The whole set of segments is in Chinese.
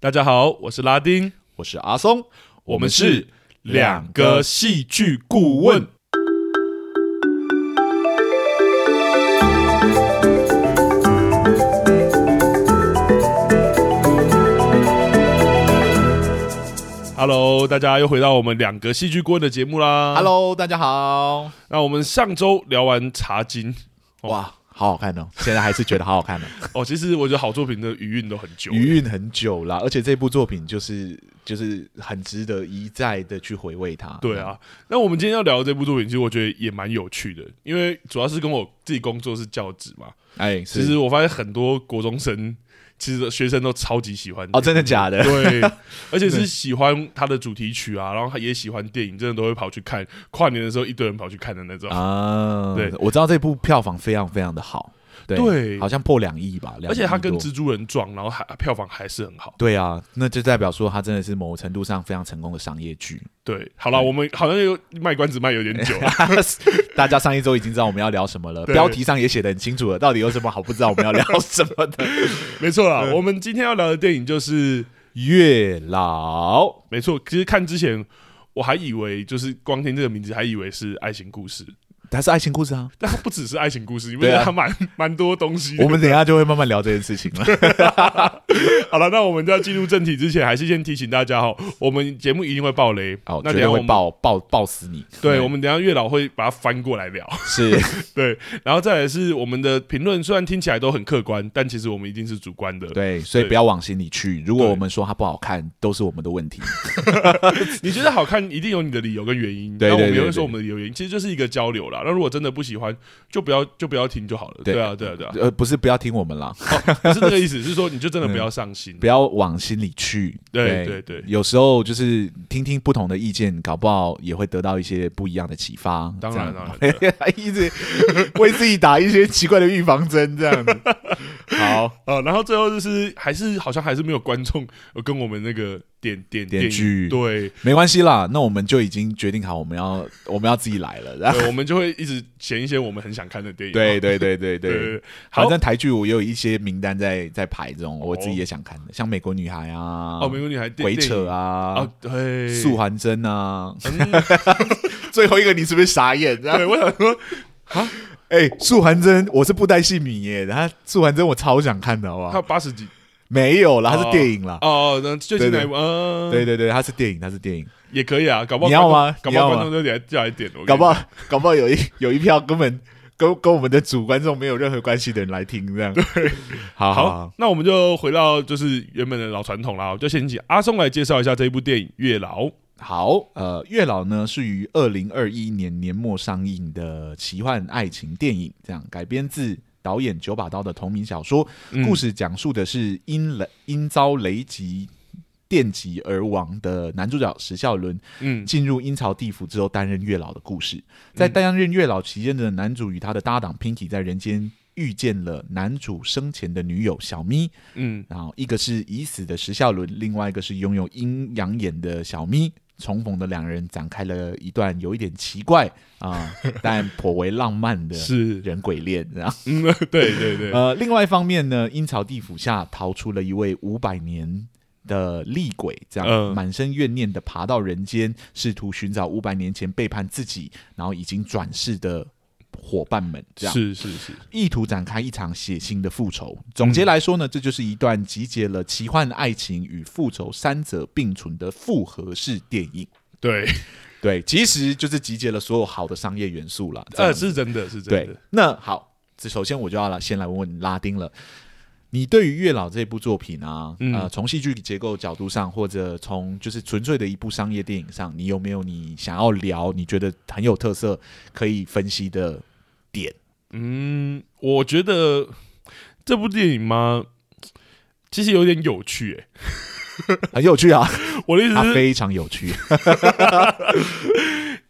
大家好，我是拉丁，我是阿松，我们是两个戏剧顾问。Hello，大家又回到我们两个戏剧顾问的节目啦。 Hello，大家好。那我们上周聊完《茶经》哦哇，好好看哦！现在还是觉得好好看 哦，哦，其实我觉得好作品的余韵都很久。余韵很久啦，而且这部作品就是就是很值得一再的去回味它。对啊，那我们今天要聊的这部作品，其实我觉得也蛮有趣的，因为主要是跟我自己工作是教职嘛。嗯，哎，其其实实我发现很多国中生，其实学生都超级喜欢哦，真的 假的？ 对，而且是喜欢他的主题曲啊，然后也喜欢电影，真的都会跑去看。跨年的时候，一堆人跑去看的那种。啊，对我知道这部票房非常非常的好，对，对好像破两亿吧，两而且他亿跟多蜘蛛人撞，然后还票房还是很好。对啊，那就代表说它真的是某程度上非常成功的商业剧。 对，好了，对我们好像又卖关子卖有点 久了。大家上一周已经知道我们要聊什么了，对标题上也写的很清楚了，到底有什么好不知道我们要聊什么的？没错啦，我们今天要聊的电影就是，月老，没错，其实看之前我还以为就是光听这个名字，还以为是爱情故事，它是爱情故事啊。但它不只是爱情故事，因对为啊它蛮蛮多东西的。我们等一下就会慢慢聊这件事情了。 好了，那我们在进入正题之前，还是先提醒大家哦，我们节目一定会爆雷哦，那绝等一对下我会们。爆爆爆死你。对，我们等一下月老会把它翻过来聊， 是对，然后再来是我们的评论，虽然听起来都很客观，但其实我们一定是主观的。对，所以对不要往心里去。如果对我们说它不好看，都是我们的 问题。你觉得好看，一定有你的理由跟原因，对那我对们也对会说对我们的理由原因，其实就是一个交流啦。那如果真的不喜欢，就不要就不要听就好了。对对啊，对啊，对啊，呃，不是不要听我们啦，不是这个意思，是说你就真的不要上心不。要往心里去。对对对有时候就是听听不同的意见，搞不好也会得到一些不一样的启发。当然这样当然 一直为自己打一些奇怪的预防针，这样子。好，啊，然后最后就是还是好像还是没有观众呃跟我们那个点点点电影剧 对，没关系啦，那我们就已经决定好，我们要我们要自己来了。然后，对，我们就会一直选一些我们很想看的电影。哦对对对对对啊对。对，好哦反正台剧我也有一些名单在在排这种，我自己也想看的，像《美国女孩》啊，哦，美国女孩电鬼扯啊啊啊，，对，素还真啊。 嗯，最后一个你是不是傻眼？这样对，我想 说，哎，素还真，我是布袋戏迷耶，他素还真我超想看的，好不她好？八十几没有啦，它哦是电影啦。哦，那最近啊对哪对一部？嗯，对，对对，它是电影，它是电影，也可以啊，搞不好你要吗观众搞不好你要吗观众就点就来点，我跟你搞不好搞不好有一有一票根本跟跟我们的主观众没有任何关系的人来听这样。好好好好，，那我们就回到就是原本的老传统啦，我就先请阿松来介绍一下这一部电影《月老》。好，呃，《月老》呢是于二零二一年年末上映的奇幻爱情电影，这样改编自导演九把刀的同名小说。嗯故事讲述的是因雷因遭雷击电击而亡的男主角石孝伦嗯进入阴曹地府之后担任月老的故事。在担任月老期间的男主与他的搭档 Pinky 在人间遇见了男主生前的女友小咪，嗯，然后一个是已死的石孝伦，另外一个是拥有阴阳眼的小咪。重逢的两人展开了一段有一点奇怪 啊、但颇为浪漫的是，人鬼恋。然后，嗯， 对对对，呃，另外一方面呢，阴曹地府下逃出了一位五百年的厉鬼，这样、嗯满身怨念的爬到人间，试图寻找五百年前背叛自己，然后已经转世的伙伴们。这样，是是是，意图展开一场血腥的复仇。总结来说呢，这就是一段集结了奇幻爱情与复仇三者并存的复合式电影。 对，对，其实就是集结了所有好的商业元素啦。这呃，样是真的是真对的。。那好，这首先我就要来先来问问拉丁了。你对于《月老》这部作品啊，嗯呃，从戏剧结构角度上，或者从就是纯粹的一部商业电影上，你有没有你想要聊、你觉得很有特色可以分析的点？嗯，我觉得这部电影嘛，其实有点有趣、欸。很有趣啊， 我的意思它是，非常有趣。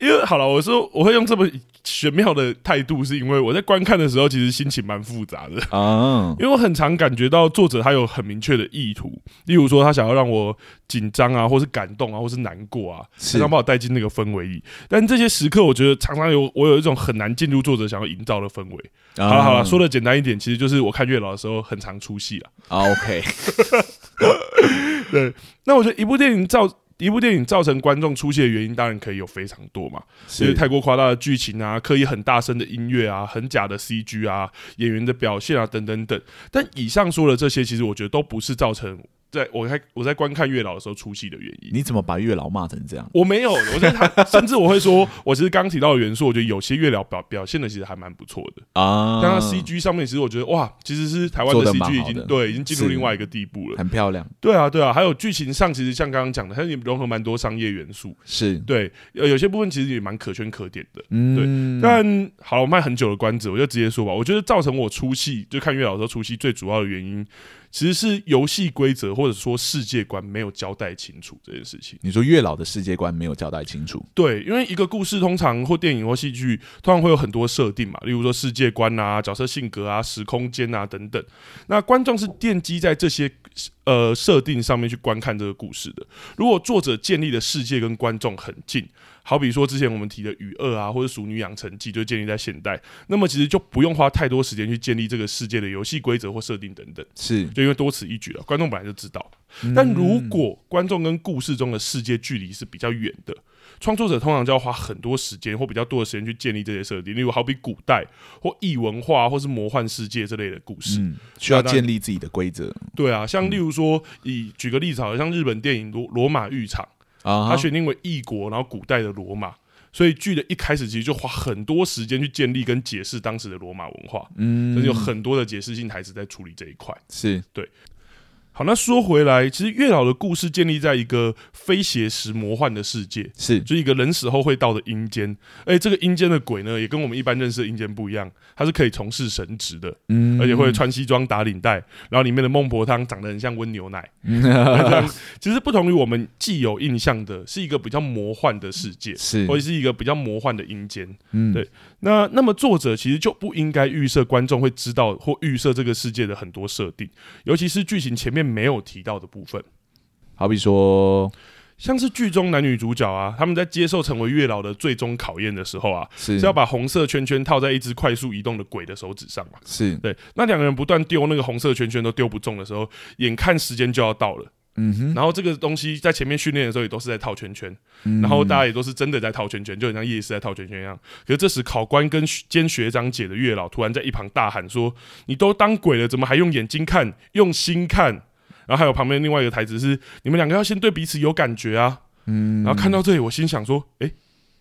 因为好了，我说我会用这么玄妙的态度，是因为我在观看的时候，其实心情蛮复杂的， 啊，因为我很常感觉到作者他有很明确的意图，例如说他想要让我紧张啊，或是感动啊，或是难过啊，是他想把我带进那个氛围里。但这些时刻，我觉得常常有我有一种很难进入作者想要营造的氛围。好了嗯好了，说的简单一点，其实就是我看月老的时候很常出戏啊。啊 OK，那我觉得一部电影造一部电影造成观众出戏的原因，当然可以有非常多嘛，就是太过夸大的剧情啊，刻意很大声的音乐啊，很假的 CG 啊，演员的表现啊，等等等。但以上说的这些，其实我觉得都不是造成在我在我在观看月老的时候出戏的原因。你怎么把月老骂成这样？我没有，我觉得他 甚至我会说，我其实刚提到的元素，我觉得有些月老表表现的其实还蛮不错的。啊，像它 CG 上面，其实我觉得哇，其实是台湾做得蛮 CG 已好的经对已经进入是另外一个地步了。很漂亮，对啊，对啊，还有剧情上，其实像刚刚讲的，它也融合蛮多商业元素。是，对，有有些部分其实也蛮可圈可点的。嗯，但好了，我卖很久的关子，我就直接说吧。我觉得造成我出戏，就看月老的时候出戏最主要的原因，其实是游戏规则或者说世界观没有交代清楚这件事情。你说月老的世界观没有交代清楚，对，因为一个故事通常或电影或戏剧，通常会有很多设定嘛，例如说世界观啊、角色性格啊、时空间啊等等。那观众是奠基在这些呃设定上面去观看这个故事的。如果作者建立的世界跟观众很近，好比说之前我们提的《雨二》啊，或者《熟女养成记》，就建立在现代，那么其实就不用花太多时间去建立这个世界的游戏规则或设定等等，是就因为多此一举了，观众本来就知道。嗯但如果观众跟故事中的世界距离是比较远的，创作者通常就要花很多时间或比较多的时间去建立这些设定，例如好比古代或异文化或是魔幻世界这类的故事。嗯，需要那建立自己的规则对啊，像例如说，以举个例子好了，像日本电影《罗罗马浴场》，啊哈它选定为异国，然后古代的罗马。所以剧的一开始其实就花很多时间去建立跟解释当时的罗马文化，嗯但是有很多的解释性台词在处理这一块。是好，那说回来，其实月老的故事建立在一个非写实魔幻的世界，是就是一个人死后会到的阴间。而且这个阴间的鬼呢，也跟我们一般认识的阴间不一样，它是可以从事神职的，嗯而且会穿西装打领带，然后里面的孟婆汤长得很像温牛奶。其实不同于我们既有印象的，是一个比较魔幻的世界，是或者是一个比较魔幻的阴间。嗯对那那么作者其实就不应该预设观众会知道或预设这个世界的很多设定，尤其是剧情前面没有提到的部分。好比说像是剧中男女主角啊，他们在接受成为月老的最终考验的时候啊，是是要把红色圈圈套在一只快速移动的鬼的手指上嘛？是对，那两个人不断丢那个红色圈圈都丢不中的时候，眼看时间就要到了，嗯哼，然后这个东西在前面训练的时候也都是在套圈圈，嗯然后大家也都是真的在套圈圈，就很像夜市在套圈圈一样。可是这时考官跟学兼学长姐的月老突然在一旁大喊说：“你都当鬼了，怎么还用眼睛看，用心看？”然后还有旁边另外一个台词是：“你们两个要先对彼此有感觉啊。”嗯，然后看到这里，我心想说：“诶，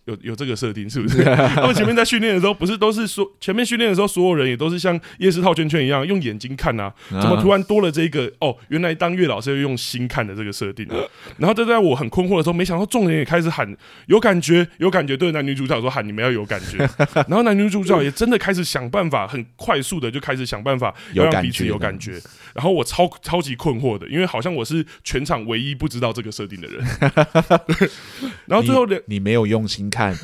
有有这个设定是不是？ 他们前面在训练的时候，不是都是说前面训练的时候，所有人也都是像夜市套圈圈一样用眼睛看啊，怎么突然多了这个？哦，原来当月老是要用心看的这个设定。啊然后就在我很困惑的时候，没想到众人也开始喊有感觉，有感觉，对男女主角说喊你们要有感 觉。然后男女主角也真的开始想办法，很快速的就开始想办法要有让感彼此觉有的感觉。然后我超超级困惑的，因为好像我是全场唯一不知道这个设定的 人。然后最后两你没有用心 看，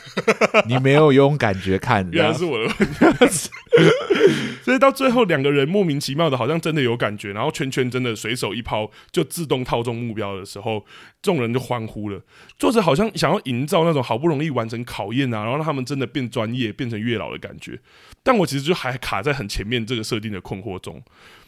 你没有用感觉看，啊原来然后是我的问题。 所以到最后，两个人莫名其妙的，好像真的有感觉，然后圈圈真的随手一抛就自动套中目标的时候，众人就欢呼了。作者好像想要营造那种好不容易完成考验啊，然后让他们真的变专业、变成月老的感觉。但我其实就还卡在很前面这个设定的困惑中。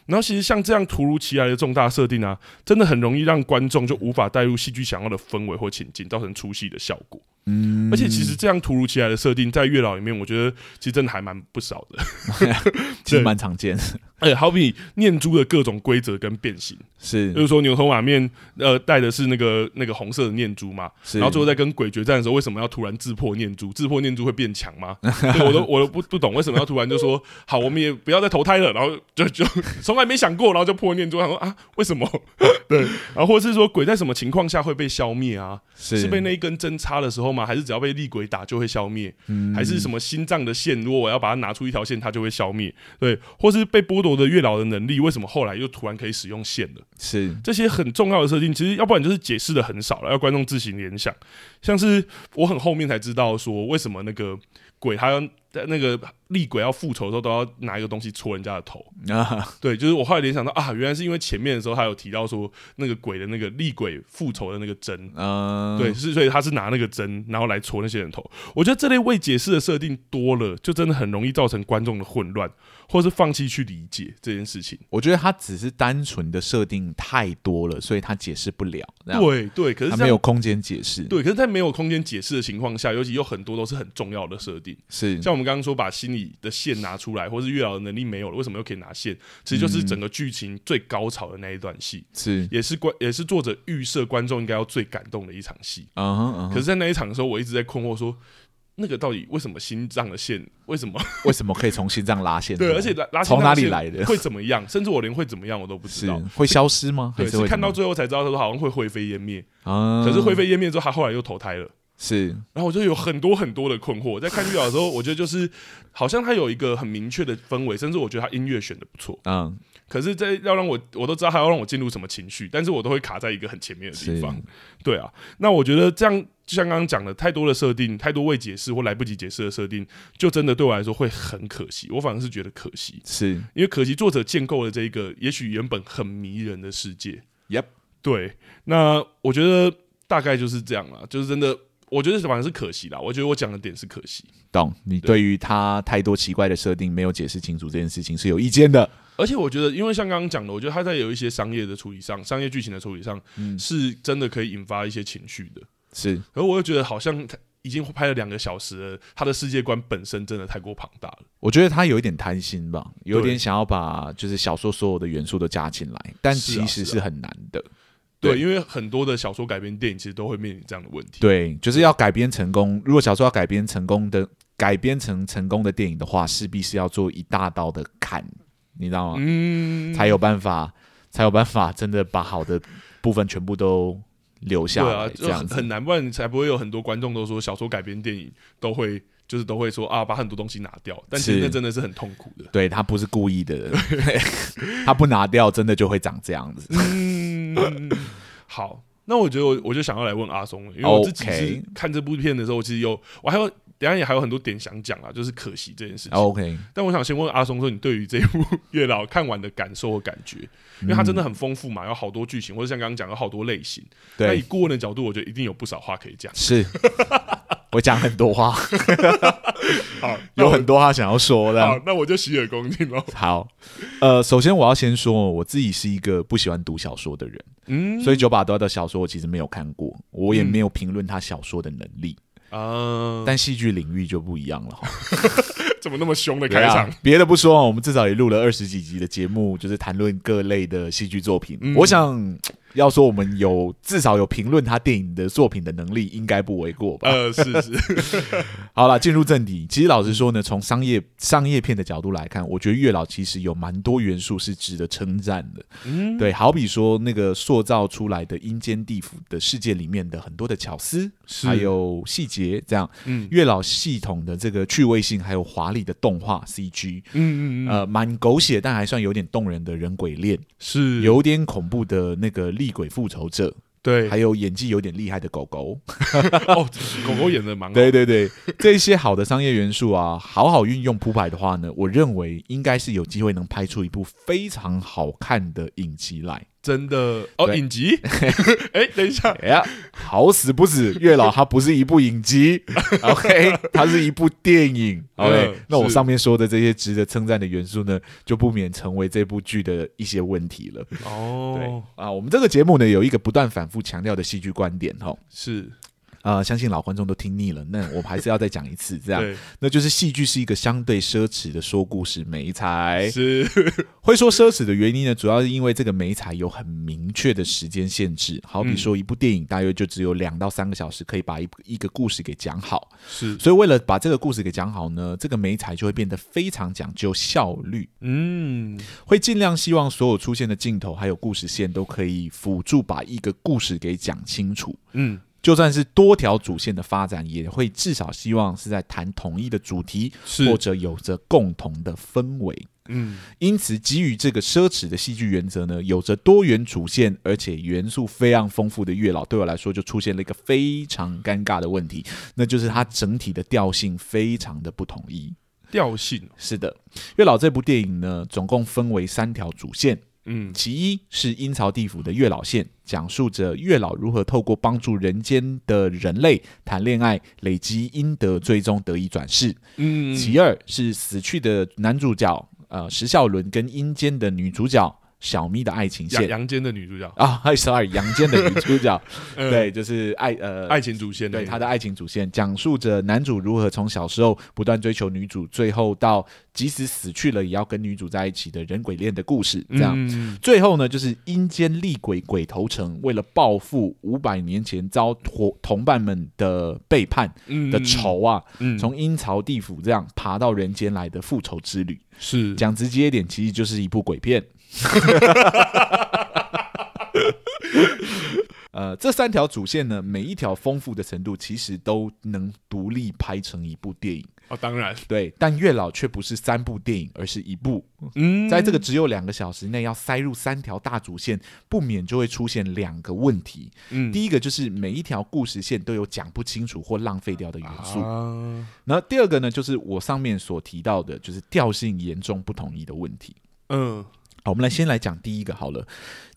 然后其实像这样突如其来的重大设定啊，真的很容易让观众就无法带入戏剧想要的氛围或情境，造成出戏的效果。嗯，而且其实这样突如其来的设定，在月老里面，我觉得其实真的还蛮不少的。 其实蛮常见，哎、好比念珠的各种规则跟变形，是就是说牛头马面呃带的是那个那个红色的念珠嘛，是，然后最后在跟鬼决战的时候，为什么要突然自破念珠？自破念珠会变强 吗？对，我都我都不不懂为什么要突然就说好，我们也不要再投胎了，然后就就送从来没想过，然后就破念桌，想说啊，为什么？ 对，然后或是说鬼在什么情况下会被消灭啊？是是被那一根针插的时候吗？还是只要被厉鬼打就会消灭？还是什么心脏的线，如果我要把它拿出一条线，它就会消灭？对，或是被剥夺的月老的能力，为什么后来又突然可以使用线了？是这些很重要的设定，其实要不然就是解释的很少了，要观众自行联想。像是我很后面才知道说，为什么那个鬼他要那个厉鬼要复仇的时候都要拿一个东西戳人家的头。啊，对，就是我后来联想到啊，原来是因为前面的时候他有提到说那个鬼的那个厉鬼复仇的那个针。嗯，对，，是所以他是拿那个针，然后来戳那些人头。我觉得这类未解释的设定多了，就真的很容易造成观众的混乱，或是放弃去理解这件事情。我觉得他只是单纯的设定太多了，所以他解释不了，这样，对对，可是他这没样有空间解释，，对，可是，在没有空间解释的情况下，尤其有很多都是很重要的设定，是像我们刚刚说把心理的线拿出来，或是月老的能力没有了，为什么又可以拿线？其实嗯就是整个剧情最高潮的那一段戏，是，也是观也是作者预设观众应该要最感动的一场戏。嗯哼嗯可是，哼，在那一场的时候，我一直在困惑说。那个到底为什么心脏的线为什么为什么可以从心脏拉线呢？对，而且拉拉心啊从脏哪里线来的会怎么样？ 甚至我连会怎么样我都不知是道。会消失吗？还对，是会看到怎嗯最后才知道，他说好像会灰飞烟灭。么样，可是灰会飞烟灭之后，他后来又投胎了。是然后我就有很多很多的困惑，在看月老的时候，我觉得就是好像他有一个很明确的氛围，甚至我觉得他音乐选的不错。嗯可是，在要让我我都知道他要让我进入什么情绪，但是我都会卡在一个很前面的地是方。对啊，那我觉得这样就像刚刚讲的，太多的设定，太多未解释或来不及解释的设定，就真的对我来说会很可惜。我反而是觉得可惜，是因为可惜作者建构了这一个也许原本很迷人的世界。 Yep 对，那我觉得大概就是这样啦，就是真的，我觉得反正是可惜啦。我觉得我讲的点是可惜，懂，你对于他太多奇怪的设定没有解释清楚这件事情是有意见的，而且我觉得，因为像刚刚讲的，我觉得他在有一些商业的处理上、商业剧情的处理上，嗯是真的可以引发一些情绪的。是可是我又觉得，好像他已经拍了两个小时了，他的世界观本身真的太过庞大了。我觉得他有一点贪心吧，有对点想要把就是小说所有的元素都加进来，但是啊其实是啊是很难的。对，对因为很多的小说改编电影其实都会面临这样的问题。对，就是要改编成功。如果小说要改编成功的，改编成成功的电影的话，势必是要做一大刀的砍，你知道吗？嗯，才有办法，才有办法真的把好的部分全部都留下对来，啊，就这很样子。很难，不然你才不会有很多观众都说小说改编电影都会就是都会说啊，把很多东西拿掉，但其实是那真的是很痛苦的。对他不是故意的，他不拿掉，真的就会长这样子。嗯，好，那我觉得我我就想要来问阿松了，因为我自己是 OK 看这部片的时候，我其实有我还有等一下也还有很多点想讲啊，就是可惜这件事情。 OK，但我想先问阿松说，你对于这一部《月老》看完的感受和感觉，嗯因为它真的很丰富嘛，有好多剧情，或者像刚刚讲有好多类型。那以对，顾问的角度，我觉得一定有不少话可以讲。 是我讲很多话，好，那 有我很多话想要说的。好，那我就洗耳恭听 喽。好，呃，首先我要先说，我自己是一个不喜欢读小说的人。嗯所以九把刀的小说我其实没有看过，我也嗯没有评论他小说的能力，啊，但戏剧领域就不一样了哈。 怎么那么凶的对开啊场？别的不说，我们至少也录了二十几集的节目，就是谈论各类的戏剧作品。嗯我想要说，我们有至少有评论他电影的作品的能力，应该不为过吧？呃，是 是，好了，进入正题。其实老实说呢，从商业商业片的角度来看，我觉得月老其实有蛮多元素是值得称赞的。嗯，对，好比说那个塑造出来的阴间地府的世界里面的很多的巧思，是还有细节，这样嗯月老系统的这个趣味性，还有华丽的动画 CG，、嗯嗯嗯，呃，蛮狗血但还算有点动人的人鬼恋，是有点恐怖的那个厉鬼复仇者，对还，有演技有点厉害的狗狗，哦，狗狗演的蛮好，哦对对对，这些好的商业元素啊，好好运用铺排的话呢，我认为应该是有机会能拍出一部非常好看的影集来。真的哦，对影 集，哎，等一下，哎呀，好死不死，月老它不是一部 影集，OK，它是一部电影嗯，OK、那我是上面说的这些值得称赞的元素呢，就不免成为这部剧的一些问题了。对哦，啊，我们这个节目呢有一个不断反复强调的戏剧观点哈、是，呃，相信老观众都听腻了，那我们还是要再讲一次，这样，对，那就是戏剧是一个相对奢侈的说故事媒材。是，会说奢侈的原因呢，主要是因为这个媒材有很明确的时间限制，好比说一部电影大约就只有两到三个小时，可以把一一个故事给讲好。是，所以为了把这个故事给讲好呢，这个媒材就会变得非常讲究效率，嗯，会尽量希望所有出现的镜头还有故事线都可以辅助把一个故事给讲清楚。嗯，就算是多条主线的发展，也会至少希望是在谈同一的主题，或是，者有着共同的氛围。嗯，因此，基于这个奢侈的戏剧原则呢，有着多元主线，而且元素非常丰富的月老，对我来说就出现了一个非常尴尬的问题，那就是它整体的调性非常的不统一。调性，哦是的，月老这部电影呢，总共分为三条主线，嗯，其一是阴曹地府的月老线，讲述着月老如何透过帮助人间的人类谈恋爱，累积阴德，最终得以转世。嗯，其二是死去的男主角，呃，石孝伦跟阴间的女主角小咪的爱情阳线阳间的女主角，啊、s o r r y 阳间的女主角， 嗯，对，就是爱呃爱情主线那对个，他的爱情主线，讲述着男主如何从小时候不断追求女主，最后到即使死去了也要跟女主在一起的人鬼恋的故事。这样，嗯最后呢，就是阴间厉鬼鬼头城为了报复五百年前遭同同伴们的背叛嗯的，仇啊，嗯，从阴曹地府这样爬到人间来的复仇之旅。是，讲直接一点，其实就是一部 鬼片。呃，这三条主线呢，每一条丰富的程度其实都能独立拍成一部电影。哦，当然，对，但月老却不是三部电影，而是一部。嗯，在这个只有两个小时内要塞入三条大主线，不免就会出现两个问题。嗯第一个就是每一条故事线都有讲不清楚或浪费掉的元素。啊，然后第二个呢，就是我上面所提到的，就是调性严重不统一的问题。嗯，好，我们来先来讲第一个好了。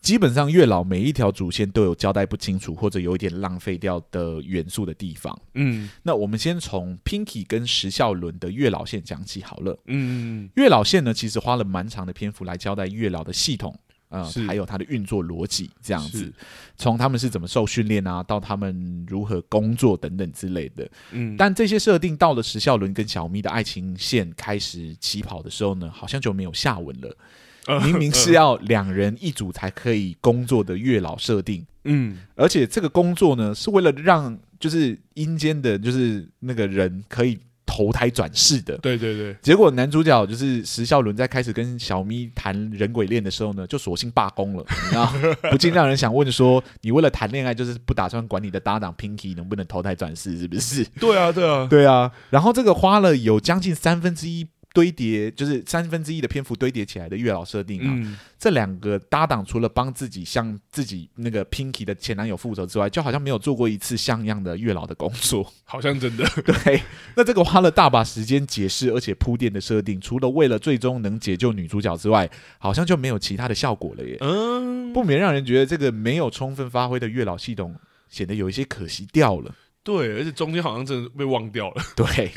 基本上，月老每一条主线都有交代不清楚或者有一点浪费掉的元素的地方。嗯，那我们先从 Pinky 跟石孝伦的月老线讲起好了。嗯，月老线呢，其实花了蛮长的篇幅来交代月老的系统。呃，是还有它的运作逻辑这样子是，从他们是怎么受训练啊，到他们如何工作等等之类的。嗯，但这些设定到了石孝伦跟小咪的爱情线开始起跑的时候呢，好像就没有下文了。呃明明是，要两人一组才可以工作的月老设定，嗯，而且这个工作呢是为了让就是阴间的，就是那个人可以投胎转世的。对对对，结果男主角就是石孝伦，在开始跟小咪谈人鬼恋的时候呢，就索性罢工了，然后不禁让人想问说：你为了谈恋爱，就是不打算管你的搭档 Pinky 能不能投胎转世，是不是？对啊，对 啊，对啊，然后这个花了有将近三分之一堆叠，就是三分之一的篇幅堆叠起来的月老设定啊，嗯，这两个搭档除了帮自己向自己那个 Pinky 的前男友复仇之外，就好像没有做过一次像样的月老的工作。好像真的，对，那这个花了大把时间解释而且铺垫的设定，除了为了最终能解救女主角之外，好像就没有其他的效果了耶，嗯，不免让人觉得这个没有充分发挥的月老系统显得有一些可惜掉了。对，而且中间好像真的被忘掉了， 对，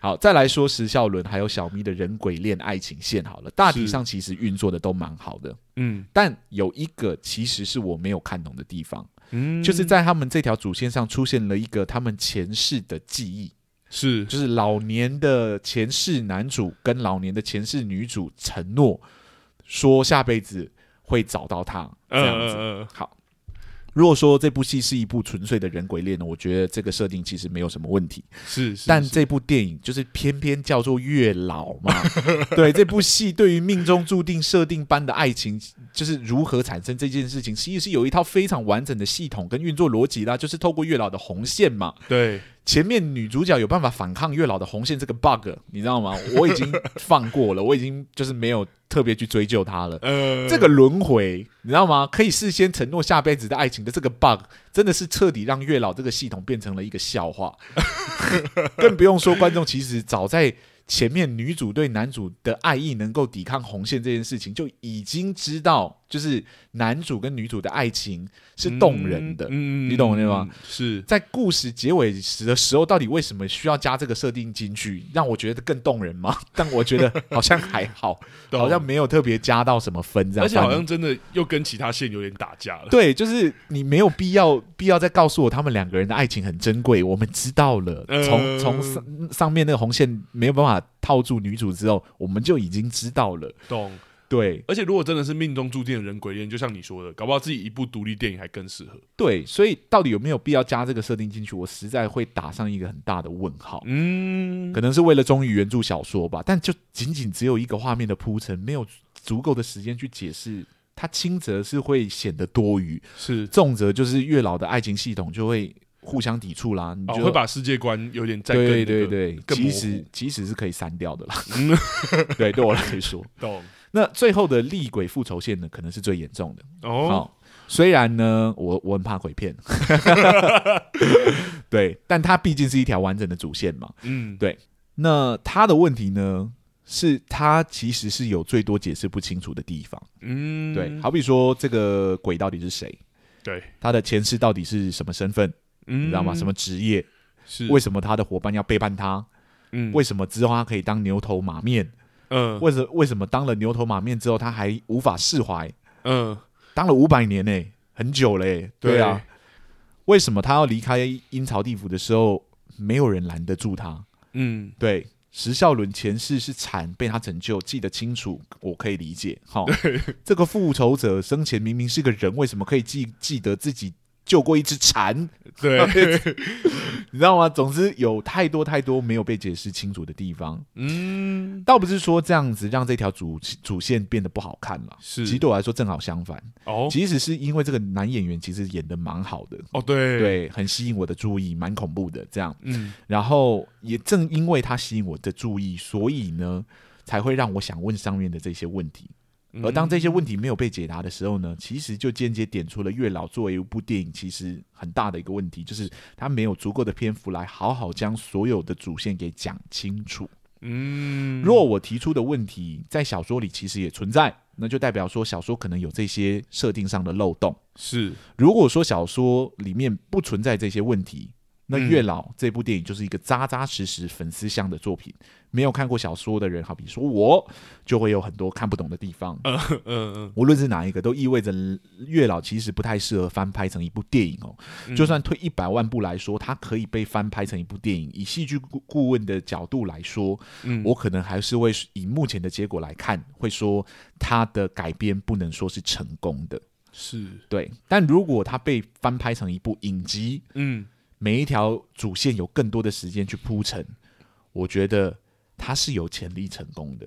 好，再来说石孝伦还有小咪的人鬼恋爱情线好了，大体上其实运作的都蛮好的，嗯但有一个其实是我没有看懂的地方，嗯，就是在他们这条主线上出现了一个他们前世的记忆，是就是老年的前世男主跟老年的前世女主承诺说下辈子会找到他这样子。嗯嗯好，如果说这部戏是一部纯粹的人鬼恋呢，我觉得这个设定其实没有什么问题。嗯是，是但是这部电影就是偏偏叫做月老嘛， 对这部戏对于命中注定设定般的爱情，就是如何产生这件事情，其实是有一套非常完整的系统跟运作逻辑啦，就是透过月老的红线嘛。对，前面女主角有办法反抗月老的红线这个 bug，你知道吗？我已经放过了，我已经就是没有特别去追究它了。呃，这个轮回，你知道吗？可以事先承诺下辈子的爱情的这个 bug，真的是彻底让月老这个系统变成了一个笑话。 更不用说观众其实早在前面女主对男主的爱意能够抵抗红线这件事情，就已经知道就是男主跟女主的爱情是动人的。嗯你懂我的吗？嗯是，在故事结尾时的时候，到底为什么需要加这个设定进去，让我觉得更动人吗？ 但我觉得好像还好， 懂好像没有特别加到什么分这样。而且好像真的又跟其他线有点打 架了。对，就是你没有必要必要再告诉我他们两个人的爱情很珍贵，我们知道了。呃从从上上面那个红线没有办法套住女主之后，我们就已经知道了。懂。对而且如果真的是命中注定的人鬼恋，就像你说的，搞不好自己一部独立电影还更适合。对，所以到底有没有必要加这个设定进去，我实在会打上一个很大的问号。嗯可，能是为了忠于原著小说吧，但就仅仅只有一个画面的铺陈，没有足够的时间去解释。它轻则是会显得多余，是重则就是月老的爱情系统就会互相抵触啦。你哦，就会把世界观有点再更对那对个对，更其模糊实其实是可以删掉的啦。嗯 对，对我来说，懂那最后的厉鬼复仇线呢，可能是最严重的。哦，哦，虽然呢，我我很怕 鬼片，对，但它毕竟是一条完整的主线嘛。嗯，对那它的问题呢，是它其实是有最多解释不清楚的地方。嗯，对，好比说这个鬼到底是谁，对，他的前世到底是什么身份，嗯，你知道吗？什么职业？是为什么他的伙伴要背叛他？嗯为什么之后他可以当牛头马面？嗯为什为什么当了牛头马面之后，他还无法释怀？嗯当了五百年呢、很久嘞、对啊，，为什么他要离开阴曹地府的时候，没有人拦得住他？嗯对，石孝伦前世是蝉，被他拯救，记得清楚，我可以理解。好，这个复仇者生前明明是个人，为什么可以记记得自己救过一只蝉？对， 你知道吗？总之有太多太多没有被解释清楚的地方。嗯倒不是说这样子让这条主主线变得不好看了，是其实对我来说正好相反。哦即使是因为这个男演员其实演的蛮好的，哦对，对，很吸引我的注意，蛮恐怖的这样。嗯然后也正因为他吸引我的注意，所以呢，才会让我想问上面的这些问题。嗯而当这些问题没有被解答的时候呢，其实就间接点出了《月老》作为一部电影，其实很大的一个问题，就是他没有足够的篇幅来好好将所有的主线给讲清楚。嗯若我提出的问题在小说里其实也存在，那就代表说小说可能有这些设定上的漏洞。是如果说小说里面不存在这些问题，那《嗯月老》这部电影就是一个扎扎实实粉丝向的作品。没有看过小说的人，好比说我，就会有很多看不懂的地方。嗯嗯无论是哪一个，都意味着《月老》其实不太适合翻拍成一部电影哦。嗯，就算退一百万步来说，它可以被翻拍成一部电影。以戏剧顾顾问的角度来说，嗯我可能还是会以目前的结果来看，会说它的改编不能说是成功的。是对，但如果它被翻拍成一部影集，嗯每一条主线有更多的时间去铺陈，我觉得它是有潜力成功的。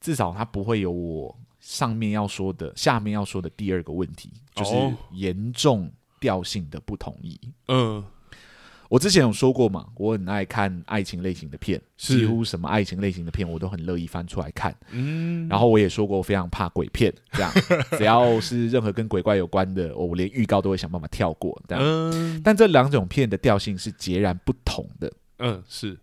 至少它不会有我上面要说的、下面要说的第二个问题，就是哦严重调性的不统一。嗯我之前有说过嘛，我很爱看爱情类型的片，是几乎什么爱情类型的片我都很乐意翻出来看。嗯，然后我也说过，我非常怕鬼片，这样只要是任何跟鬼怪有关的，我连预告都会想办法跳过。这样，嗯但这两种片的调性是截然不同的。嗯是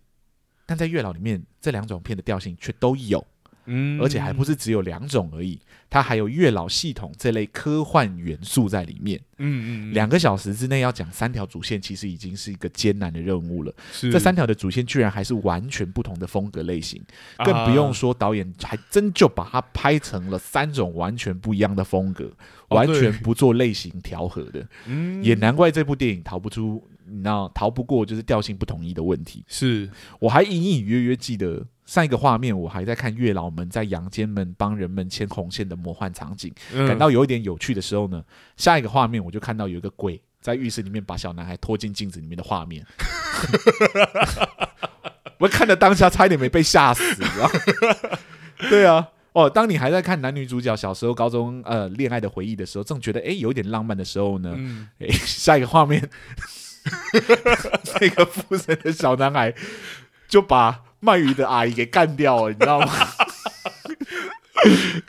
但在月老里面，这两种片的调性却都有，嗯，而且还不是只有两种而已，它还有月老系统这类科幻元素在里面。嗯嗯两个小时之内要讲三条主线，其实已经是一个艰难的任务了。是这三条的主线居然还是完全不同的风格类型，啊更不用说导演还真就把它拍成了三种完全不一样的风格，哦完对全不做类型调和的，嗯也难怪这部电影逃不出，你知道逃不过就是调性不统一的问题。是我还隐隐约约记得上一个画面，我还在看月老们在阳间们帮人们牵红线的魔幻场景，嗯感到有一点有趣的时候呢，下一个画面我就看到有一个鬼在浴室里面把小男孩拖进镜子里面的画面。我看的当下差一点没被吓死，你知道吗 对啊，哦，当你还在看男女主角小时候、高中呃恋爱的回忆的时候，正觉得诶有点浪漫的时候呢，嗯诶下一个画面，那个附身的小男孩就把卖鱼的阿姨给干掉了，你知道吗？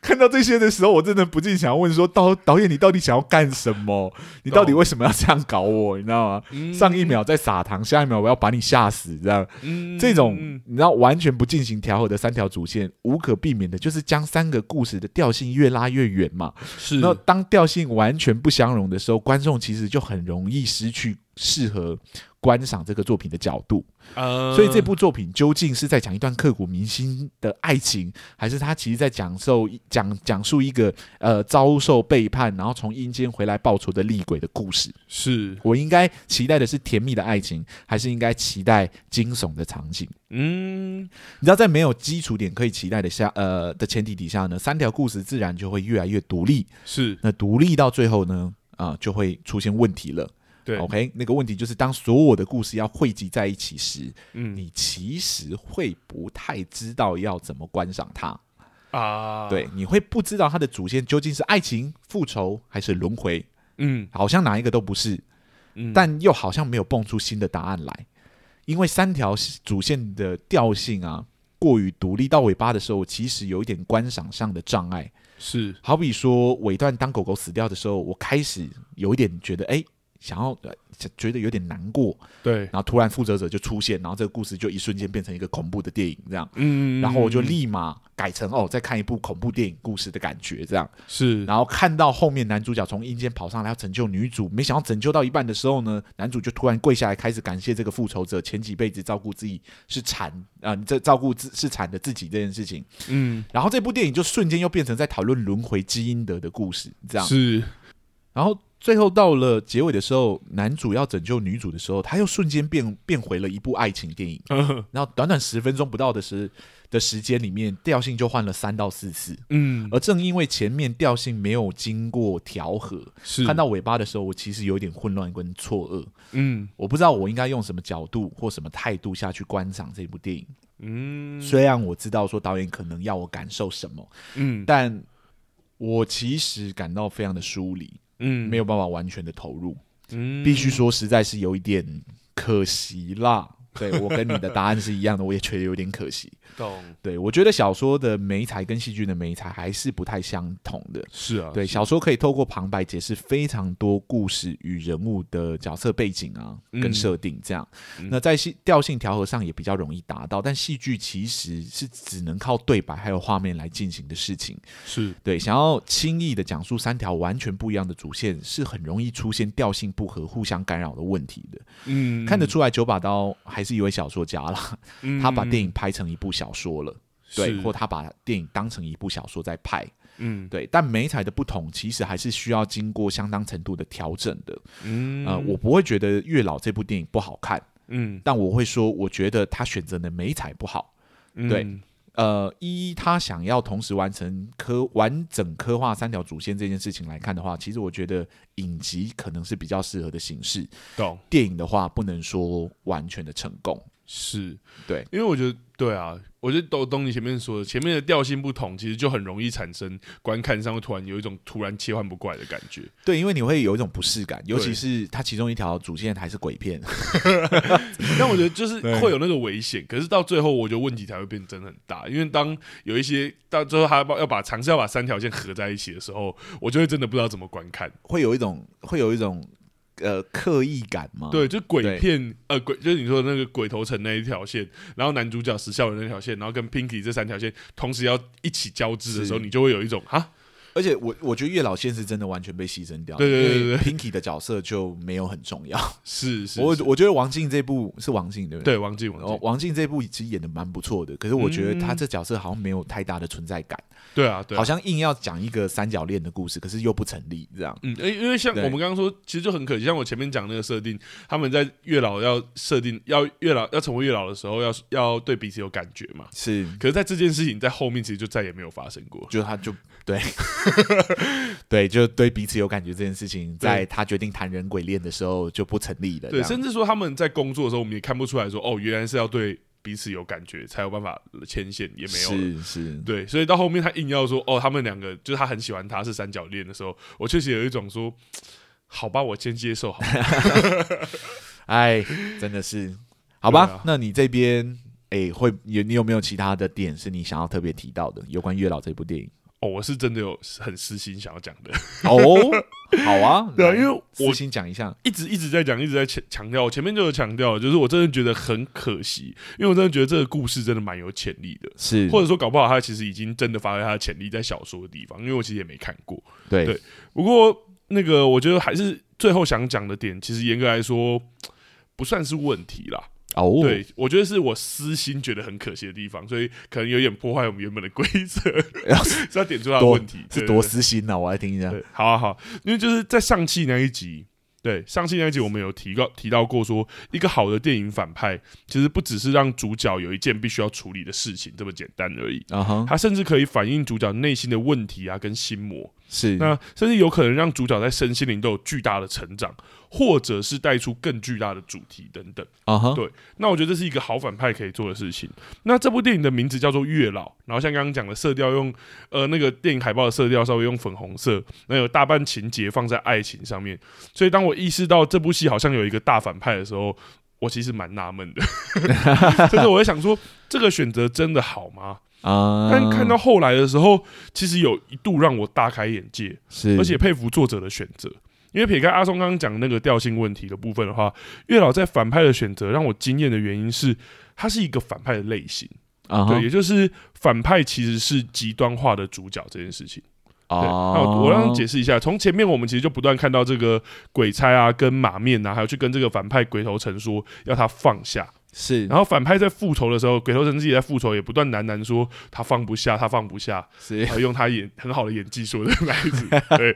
看到这些的时候，我真的不禁想要问说：导导演，你到底想要干什么？你到底为什么要这样搞我？你知道吗？嗯上一秒在撒糖，下一秒我要把你吓死，这样嗯这种嗯你知道完全不进行调和的三条主线，无可避免的就是将三个故事的调性越拉越远嘛。是那当调性完全不相容的时候，观众其实就很容易失去适合观赏这个作品的角度。呃所以这部作品究竟是在讲一段刻骨铭心的爱情，还是他其实在讲授讲讲述一个呃遭受背叛，然后从阴间回来报仇的厉鬼的故事？是我应该期待的是甜蜜的爱情，还是应该期待惊悚的场景？嗯你知道，在没有基础点可以期待的下呃的前提底下呢，三条故事自然就会越来越独立。是那独立到最后呢，啊、就会出现问题了。对 OK，那个问题就是，当所有的故事要汇集在一起时，嗯你其实会不太知道要怎么观赏它。啊对，你会不知道它的主线究竟是爱情、复仇还是轮回，嗯好像哪一个都不是，嗯但又好像没有蹦出新的答案来，因为三条主线的调性啊。过于独立到尾巴的时候，我其实有一点观赏上的障碍。是好比说尾段当狗狗死掉的时候，我开始有一点觉得，哎、想要呃觉得有点难过，对然后突然负责者就出现，然后这个故事就一瞬间变成一个恐怖的电影这样，嗯然后我就立马改成哦，再看一部恐怖电影故事的感觉这样，是然后看到后面男主角从阴间跑上来要拯救女主，没想到拯救到一半的时候呢，男主就突然跪下来开始感谢这个复仇者前几辈子照顾自己是产啊、你这照顾自是产的自己这件事情，嗯然后这部电影就瞬间又变成在讨论轮回基因德的故事这样，是然后最后到了结尾的时候，男主要拯救女主的时候，他又瞬间变变回了一部爱情电影。嗯然后短短十分钟不到的时的时间里面，调性就换了三到四次。 嗯而正因为前面调性没有经过调和，是看到尾巴的时候，我其实有点混乱跟错愕，嗯我不知道我应该用什么角度或什么态度下去观赏这部电影。嗯虽然我知道说导演可能要我感受什么，嗯但我其实感到非常的疏离，嗯没有有办法完全的投入。嗯必须说实在是有一点可惜啦。对我跟你的答案是一样的，我也觉得有点可惜。懂对我觉得小说的美材跟戏剧的美材还是不太相同的。是啊对，是小说可以透过旁白解释非常多故事与人物的角色背景啊，跟嗯设定这样。嗯那在戏调性调和上也比较容易达到，但戏剧其实是只能靠对白还有画面来进行的事情。是对，想要轻易的讲述三条完全不一样的主线，是很容易出现调性不合、互相干扰的问题的。嗯看得出来，九把刀还是一位小说家啦，嗯 他把电影拍成一部小说了，对，或他把电影当成一部小说在拍，嗯对。但美彩的不同，其实还是需要经过相当程度的调整的。嗯呃，我不会觉得《月老》这部电影不好看，嗯但我会说，我觉得他选择的美彩不好。嗯对呃，一他想要同时完成科完整刻画三条主线这件事情来看的话，其实我觉得影集可能是比较适合的形式。懂电影的话，不能说完全的成功。是对，因为我觉得对啊，我觉得都懂你前面说的，前面的调性不同，其实就很容易产生观看上会突然有一种突然切换不过来的感觉。对，因为你会有一种不适感，尤其对是它其中一条主线还是鬼片。但我觉得就是对会有那个危险，可是到最后，我觉得问题才会变真的很大。因为当有一些到最后他要把要把尝试要把三条线合在一起的时候，我就会真的不知道怎么观看。会有一种会有一种呃刻意感吗？对，就鬼片呃鬼就是你说的那个鬼头城那一条线，然后男主角石孝文那条线，然后跟 Pinky 这三条线同时要一起交织的时候，是你就会有一种啊，而且我我觉得月老线是真的完全被牺牲掉了，对对对因为对 Pinky 的角色就没有很重要。是是，我是我觉得王静这部是王静对不对？对王静王王静，哦王静这部其实演的蛮不错的，可是我觉得她这角色好像没有太大的存在感，对啊对啊好，像硬要讲一个三角恋的故事，可是又不成立这样。嗯，因因为像对我们刚刚说，其实就很可惜，像我前面讲那个设定，他们在月老要设定要月老要成为月老的时候，要要对彼此有感觉嘛。是，可是，在这件事情在后面其实就再也没有发生过。就他就 对对，就对彼此有感觉这件事情，在他决定谈人鬼恋的时候就不成立的。对，这样甚至说他们在工作的时候，我们也看不出来说，哦，原来是要对彼此有感觉才有办法牵线，也没有了。是是，对，所以到后面他硬要说，哦，他们两个就是他很喜欢他是三角恋的时候，我确实有一种说，好吧，我先接受好 了。哎，真的是，好吧？对啊那你 这边哎，会有你有没有其他的点是你想要特别提到的，有关月老这部电影？哦，我是真的有很私心想要讲的，哦，好啊，对啊，来因为我私心讲一下，一直一直在讲，一直在强强调，我前面就有强调，就是我真的觉得很可惜，因为我真的觉得这个故事真的蛮有潜力的，是或者说搞不好它其实已经真的发挥它的潜力在小说的地方，因为我其实也没看过。对对不过那个我觉得还是最后想讲的点，其实严格来说不算是问题啦。哦，对，我觉得是我私心觉得很可惜的地方，所以可能有点破坏我们原本的规则， 是要点出它的多问题是对多对私心呐，我来听一下对， 好啊好，因为就是在上期那一集，对上期那一集我们有提到提到过说，一个好的电影反派其实不只是让主角有一件必须要处理的事情这么简单而已，啊哈，它甚至可以反映主角内心的问题啊跟心魔，是那甚至有可能让主角在身心灵都有巨大的成长，或者是带出更巨大的主题等等。啊哈对，那我觉得这是一个好反派可以做的事情。那这部电影的名字叫做《月老》，然后像刚刚讲的色调用，呃，那个电影海报的色调稍微用粉红色，那有大半情节放在爱情上面。所以当我意识到这部戏好像有一个大反派的时候，我其实蛮纳闷的， 就是我在想说，这个选择真的好吗？啊，但看到后来的时候，其实有一度让我大开眼界，是，而且佩服作者的选择。因为撇开阿松刚刚讲那个调性问题的部分的话，月老在反派的选择让我惊艳的原因是，它是一个反派的类型，啊哈对，也就是反派其实是极端化的主角这件事情。啊，对，那我我让解释一下，从前面我们其实就不断看到这个鬼差啊、跟马面啊，还有去跟这个反派鬼头城说要他放下，是然后反派在复仇的时候，鬼头城自己在复仇也不断喃喃说他放不下，他放不下，是然后哎用他演很好的演技说的来子，对。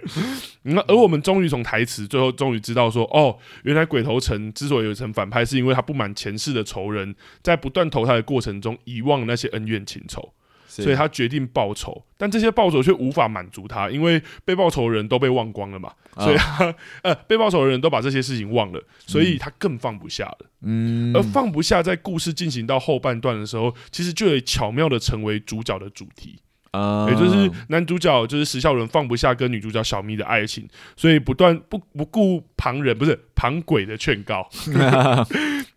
那而我们终于从台词最后终于知道说，哦，原来鬼头城之所以有成反派，是因为他不满前世的仇人，在不断投胎的过程中遗忘那些恩怨情仇，是所以他决定报仇，但这些报仇却无法满足他，因为被报仇人都被忘光了嘛，所以他、呃被报仇的人都把这些事情忘了，所以他更放不下了。嗯而放不下，在故事进行到后半段的时候，其实就有巧妙的成为主角的主题，啊，呃也就是男主角就是石孝伦放不下跟女主角小咪的爱情，所以不断不不顾旁人不是旁鬼的劝告，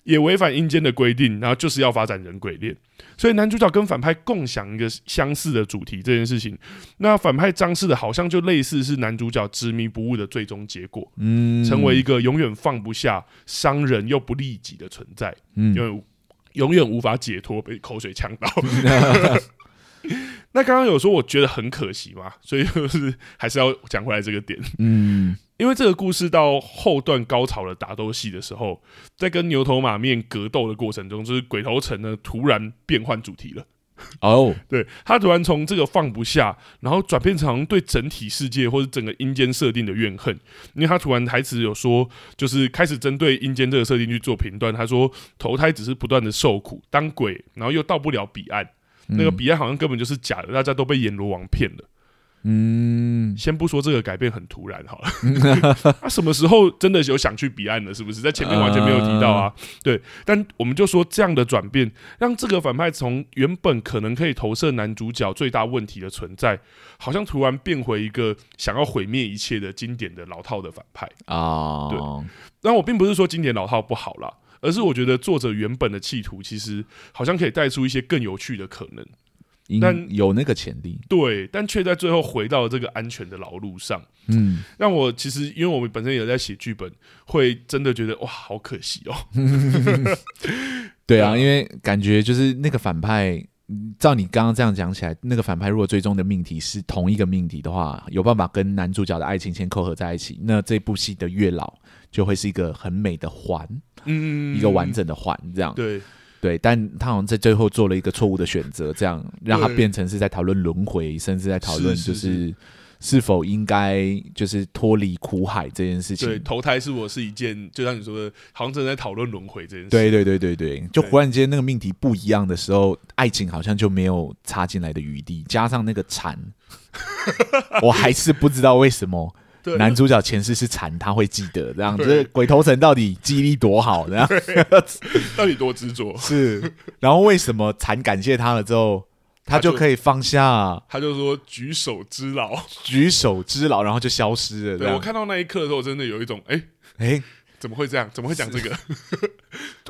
也违反阴间的规定，然后就是要发展人鬼恋，所以男主角跟反派共享一个相似的主题这件事情，那反派张氏的好像就类似是男主角执迷不悟的最终结果，嗯成为一个永远放不下、伤人又不利己的存在。嗯永远永远无法解脱被口水呛 到。那刚刚有说我觉得很可惜嘛，所以就是还是要讲回来这个点，嗯因为这个故事到后段高潮的打斗戏的时候，在跟牛头马面格斗的过程中，就是鬼头城呢突然变换主题了，哦对他突然从这个放不下，然后转变成对整体世界或者整个阴间设定的怨恨，因为他突然台词有说，就是开始针对阴间这个设定去做评断。他说投胎只是不断的受苦，当鬼，然后又到不了彼岸，那个彼岸好像根本就是假的，大家都被阎罗王骗了。嗯先不说这个改变很突然好了，他、什么时候真的有想去彼岸了？是不是在前面完全没有提到啊？对，但我们就说这样的转变，让这个反派从原本可能可以投射男主角最大问题的存在，好像突然变回一个想要毁灭一切的经典的老套的反派。啊，对但我并不是说经典老套不好啦，而是我觉得作者原本的企图其实好像可以带出一些更有趣的可能。应但有那个潜力，对，但却在最后回到了这个安全的老路上。嗯，让我其实因为我们本身也在写剧本，会真的觉得哇，好可惜哦。对对啊，啊因为感觉就是那个反派。嗯照你刚刚这样讲起来，那个反派如果最终的命题是同一个命题的话，有办法跟男主角的爱情先扣合在一起，那这部戏的月老就会是一个很美的环，嗯，一个完整的环，这样对对，但他好像在最后做了一个错误的选择，这样让他对变成是在讨论轮回，甚至在讨论是就是是是否应该就是脱离苦海这件事情对，。投胎是我是一件，就像你说的，好像正在讨论轮回这件事。对对对对对，就对忽然间那个命题不一样的时候，爱情好像就没有插进来的余地，加上那个蝉， 我还是不知道为什么对，男主角前世是蝉，他会记得这样，对这鬼头城到底记忆力多好这样。到底多执着？是，然后为什么蝉感谢他了之后，他他就就可以放下他就说举手之劳。举手之劳，然后就消失了？这对我样，看到那一刻的时候，真的有一种哎、哎，怎么会这样？怎么会讲这个？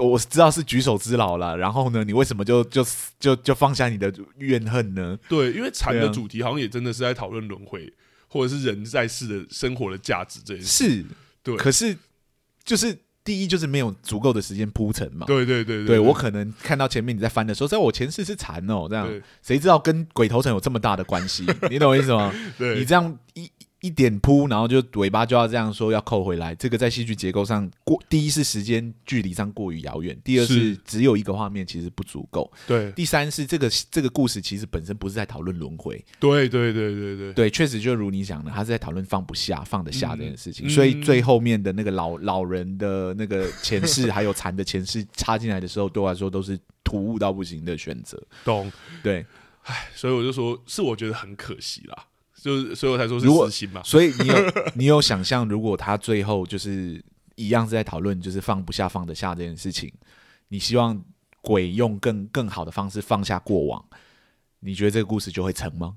我知道是举手之劳了，然后呢，你为什么就就就就放下你的怨恨呢？对，因为禅对的啊主题好像也真的是在讨论轮回，或者是人在世的生活的价值这件事。是，对可是就是第一就是没有足够的时间铺陈嘛。对对对对我可能看到前面你在翻的时候，在我前世是禅哦，这样对谁知道跟鬼头城有这么大的关系？你懂我意思吗？你对这样一一点扑，然后就尾巴就要这样说要扣回来，这个在戏剧结构上过，第一是时间距离上过于遥远，第二是是只有一个画面其实不足够，对第三是这个这个故事其实本身不是在讨论轮回，对对对对对对，确实就如你讲的，他是在讨论放不下、放得下这件事情，嗯所以嗯最后面的那个老老人的那个前世还有禅的前世插进来的时候，对我来说都是突兀到不行的选择，懂。对，所以我就说，是我觉得很可惜啦，就是所以我才说是如果私心嘛。所以你有 你有想象，如果他最后就是一样是在讨论就是放不下、放得下这件事情，你希望鬼用更更好的方式放下过往，你觉得这个故事就会成吗？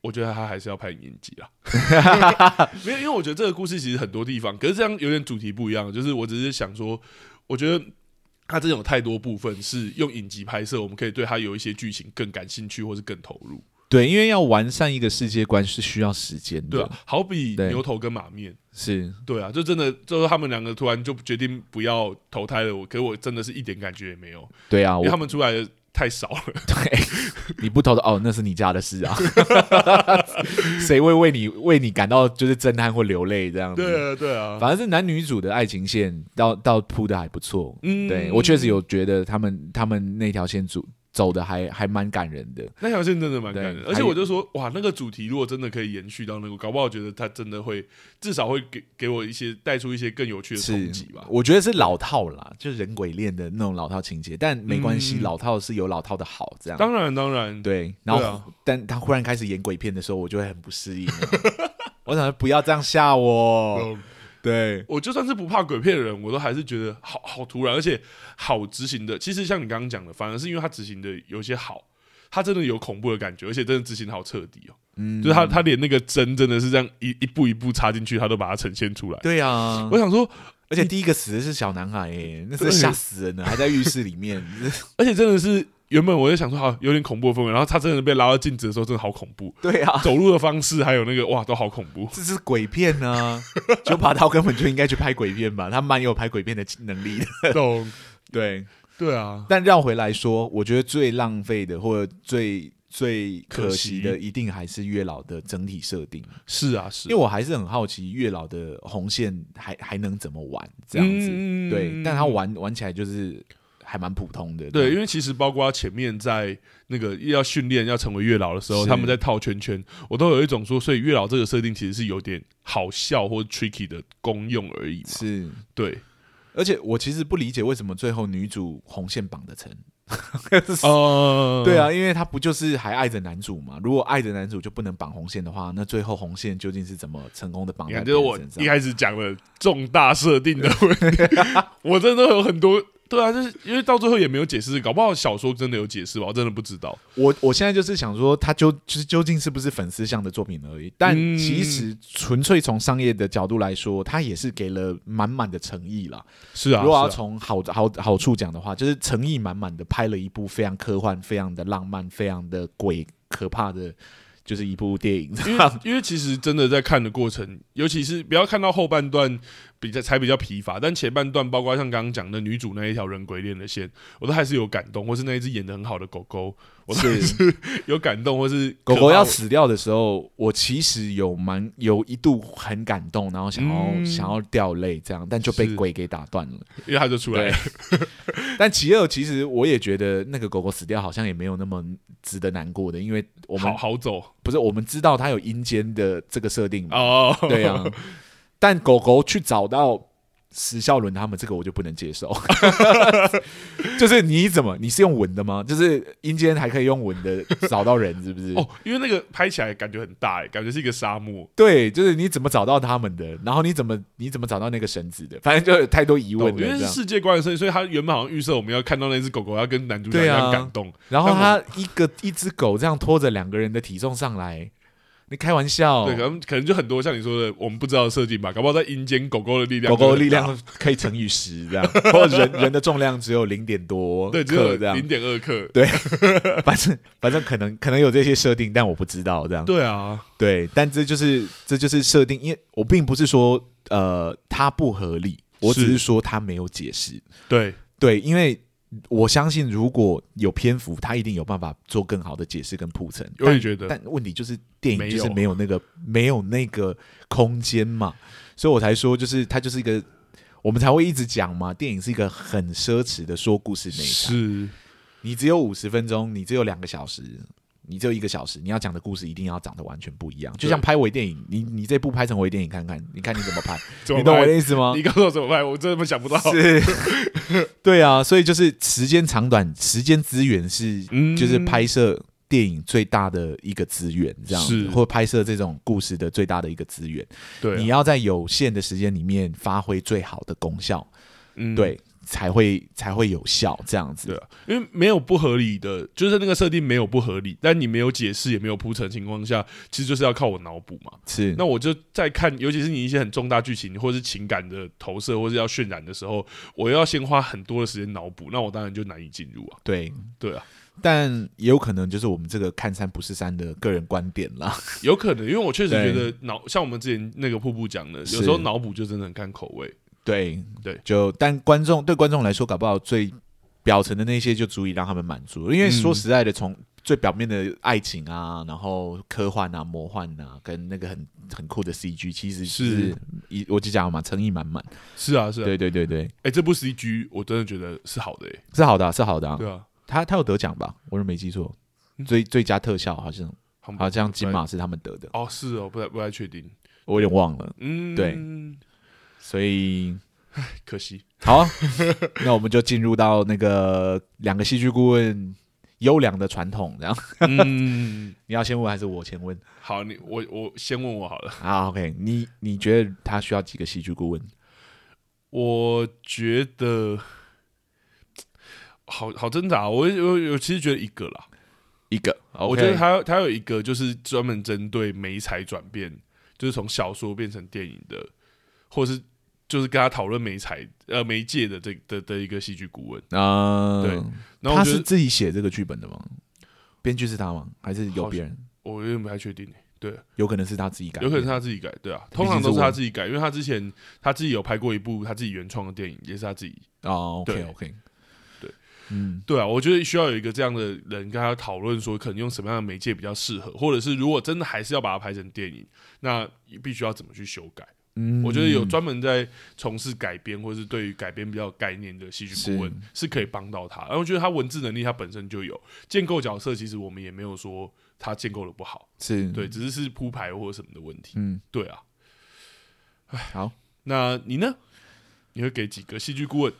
我觉得他还是要拍影音 集啦，啊没有，因为我觉得这个故事其实很多地方，可是这样有点主题不一样。就是我只是想说，我觉得他这种有太多部分是用影集拍摄，我们可以对他有一些剧情更感兴趣，或是更投入。对，因为要完善一个世界观是需要时间的，对啊，好比对牛头跟马面，是对啊，就真的就是他们两个突然就决定不要投胎了，我可我真的是一点感觉也没有，对啊，因我嗯为他们出来的太少了。你不投的哦，那是你家的事啊， 谁会为你为你感到就是震撼或流泪这样子？ 对啊，对啊，反正是男女主的爱情线到到铺的还不错，嗯对我确实有觉得他们他们那条线走走的还还蛮感人的， 那条线真的蛮感人，对而还且有我就说，哇，那个主题如果真的可以延续到那个，搞不好觉得它真的会至少会给给我一些带出一些更有趣的冲是击吧。我觉得是老套啦，就是人鬼恋的那种老套情节，但没关系，嗯老套是有老套的好，这样当然，当然，对。然后，对啊但他忽然开始演鬼片的时候，我就会很不适 应啊、我想说不要这样吓我，嗯对，我就算是不怕鬼片的人，我都还是觉得好好突然，而且好执行的。其实像你刚刚讲的，反而是因为他执行的有些好，他真的有恐怖的感觉，而且真的执行得好彻底哦。嗯就是他他连那个针真的是这样一一步一步插进去，他都把它呈现出来。对啊我，想说，而且第一个死的是小男孩、耶，那是对吓死人了，还在浴室里面， 而且真的是原本我就想说，好有点恐怖的氛围，然后他真的被拉到镜子的时候，真的好恐怖。 对啊，走路的方式，还有那个哇，都好恐 怖。这是鬼片啊！九把刀根本就应该去拍鬼片吧，他蛮有拍鬼片的能力的。懂？对，对啊，但绕回来说，我觉得最浪费的或者最最可可惜惜的，一定还是月老的整体设定，是啊，是因为我还是很好奇月老的红线还还能怎么玩这样子。嗯对，但他玩玩起来就是还蛮普通的。对，因为其实包括前面在那个要训练要成为月老的时候，是他们在套圈圈，我都有一种说，所以月老这个设定其实是有点好笑或 tricky 的功用而已嘛。是，对，而且我其实不理解为什么最后女主红线绑得成。呃对，啊，因为他不就是还爱着男主嘛？如果爱着男主就不能绑红线的话，那最后红线究竟是怎么成功的绑你在看，别就是人我身上？一开始讲了重大设定 的问题，我真的有很多。对啊，就是因为到最后也没有解释，搞不好小说真的有解释吧，我真的不知道。我我现在就是想说，他究就是究竟是不是粉丝向的作品而已？但嗯其实纯粹从商业的角度来说，他也是给了满满的诚意啦。是啊，如果要是啊从好好好处讲的话，就是诚意满满的拍了一部非常科幻、非常的浪漫、非常的鬼可怕的，就是一部电影。 因为 因为其实真的在看的过程，尤其是不要看到后半段比较才比较疲乏，但前半段包括像刚刚讲的女主那一条人鬼恋的线，我都还是有感动，或是那一只演的很好的狗狗， 我都还是有感动，或是狗可狗怕要死掉的时候，我其实有蛮有一度很感动，然后想要、嗯想要掉泪这样，但就被是鬼给打断了。因为它就出来了， 但其二，其实我也觉得那个狗狗死掉好像也没有那么值得难过的，因为我们好好走不是我们知道它有阴间的这个设定嘛，哦， 对啊。但狗狗去找到石孝伦他们，这个我就不能接 受。就是你怎么你是用吻的吗？就是阴间还可以用吻的找到人，是不是？ 哦，因为那个拍起来感觉很大哎、感觉是一个沙漠，对，就是你怎么找到他们的，然后你怎么你怎么找到那个绳子的，反正就有太多疑懂问因了为这是样。世界观的设定，所以他原本好像预设我们要看到那只狗狗要跟男主角一对啊样感动，然后但他一个一只狗这样拖着两个人的体重上来，你开玩笑对，，可能可能就很多像你说的，我们不知道的设定吧，搞不好在阴间狗狗的力量，狗狗的力，量可以乘以十这样， 或者人人的重量只有零点 多对，只有克这样嗯零，点二克，反正反正可能可能有这些设定，但我不知道这样。对啊，对，但这就是这就是设定，因为我并不是说呃它不合理，我只是是说它没有解释。对，对，因为我相信如果有篇幅，它一定有办法做更好的解释跟铺陈。我也但觉得，但问题就是电影没就是有啊没有那个没有那个空间嘛，所以我才说就是它就是一个我们才会一直讲嘛，电影是一个很奢侈的说故事内涵，是你只有五十分钟，你只有两个小时。你只有一个小时，你要讲的故事一定要长得完全不一样，就像拍微电影，你你这部拍成微电影看看，你看你怎么拍，怎么你懂我办的？意思吗？你告诉我怎么办？我真的想不到，是， 对啊，所以就是时间长短，时间资源是嗯就是拍摄电影最大的一个资源，这样是子或拍摄这种故事的最大的一个资源。对啊，你要在有限的时间里面发挥最好的功效，嗯对，才会才会有效这样对子。啊，因为没有不合理的，就是那个设定没有不合理，但你没有解释也没有铺陈的情况下，其实就是要靠我脑补嘛。是，那我就在看，尤其是你一些很重大剧情或者是情感的投射，或是要渲染的时候，我要先花很多的时间脑补，那我当然就难以进入啊。对，对啊，但也有可能就是我们这个看山不是山的个人观点啦。有可能，因为我确实觉对得脑像我们之前那个瀑布讲的，有时候脑补就真的很看口味。对对就但观众对观众来说，搞不好最表层的那些就足以让他们满足，因为嗯说实在的，从最表面的爱情啊，然后科幻啊、魔幻啊，跟那个很很酷的 CG，其实是是一我就讲了嘛，诚意满满。是啊，是啊。对对对对，哎、这部 CG 我真的觉得是好的、欸，是好的啊、是好的、啊。对啊，他他有得奖吧？我是没记错，嗯最最佳特效好像好好像金马是他们得的，哦，是哦，不太不太确定。我有点忘了。嗯，对，所以可惜。好 啊、那我们就进入到那个两个戏剧顾问优良的传统，然后。嗯，你要先问还是我先问？好，你我我先问我好了。啊，OK，你你觉得他需要几个戏剧顾问？我觉得好好挣扎，啊我我我其实觉得一个啦一个我觉得他他有一个就是专门针对媒材转变，就是从小说变成电影的，或是就是跟他讨论媒材呃媒介的这的的一个戏剧顾问。啊，对，然后他我觉是得自己写这个剧本的吗？编剧是他吗？还是有别人？我有点不太确定、对，有可能是他自己改，有可能是他自己改，对啊，毕竟通常是都是他我自己改，因为他之前他自己有拍过一部他自己原创的电影，也是他自己哦，OK 对 OK，对，嗯，对啊，我觉得需要有一个这样的人跟他讨论说，可能用什么样的媒介比较适合，或者是如果真的还是要把它拍成电影，那必须要怎么去修改。嗯我觉得有专门在从事改编或是对于改编比较有概念的戏剧顾问是可以帮到他。然后我觉得他文字能力他本身就有，建构角色其实我们也没有说他建构的不好，是对，，只是是铺排或者什么的问题。嗯，对啊，好，那你呢？你会给几个戏剧顾问？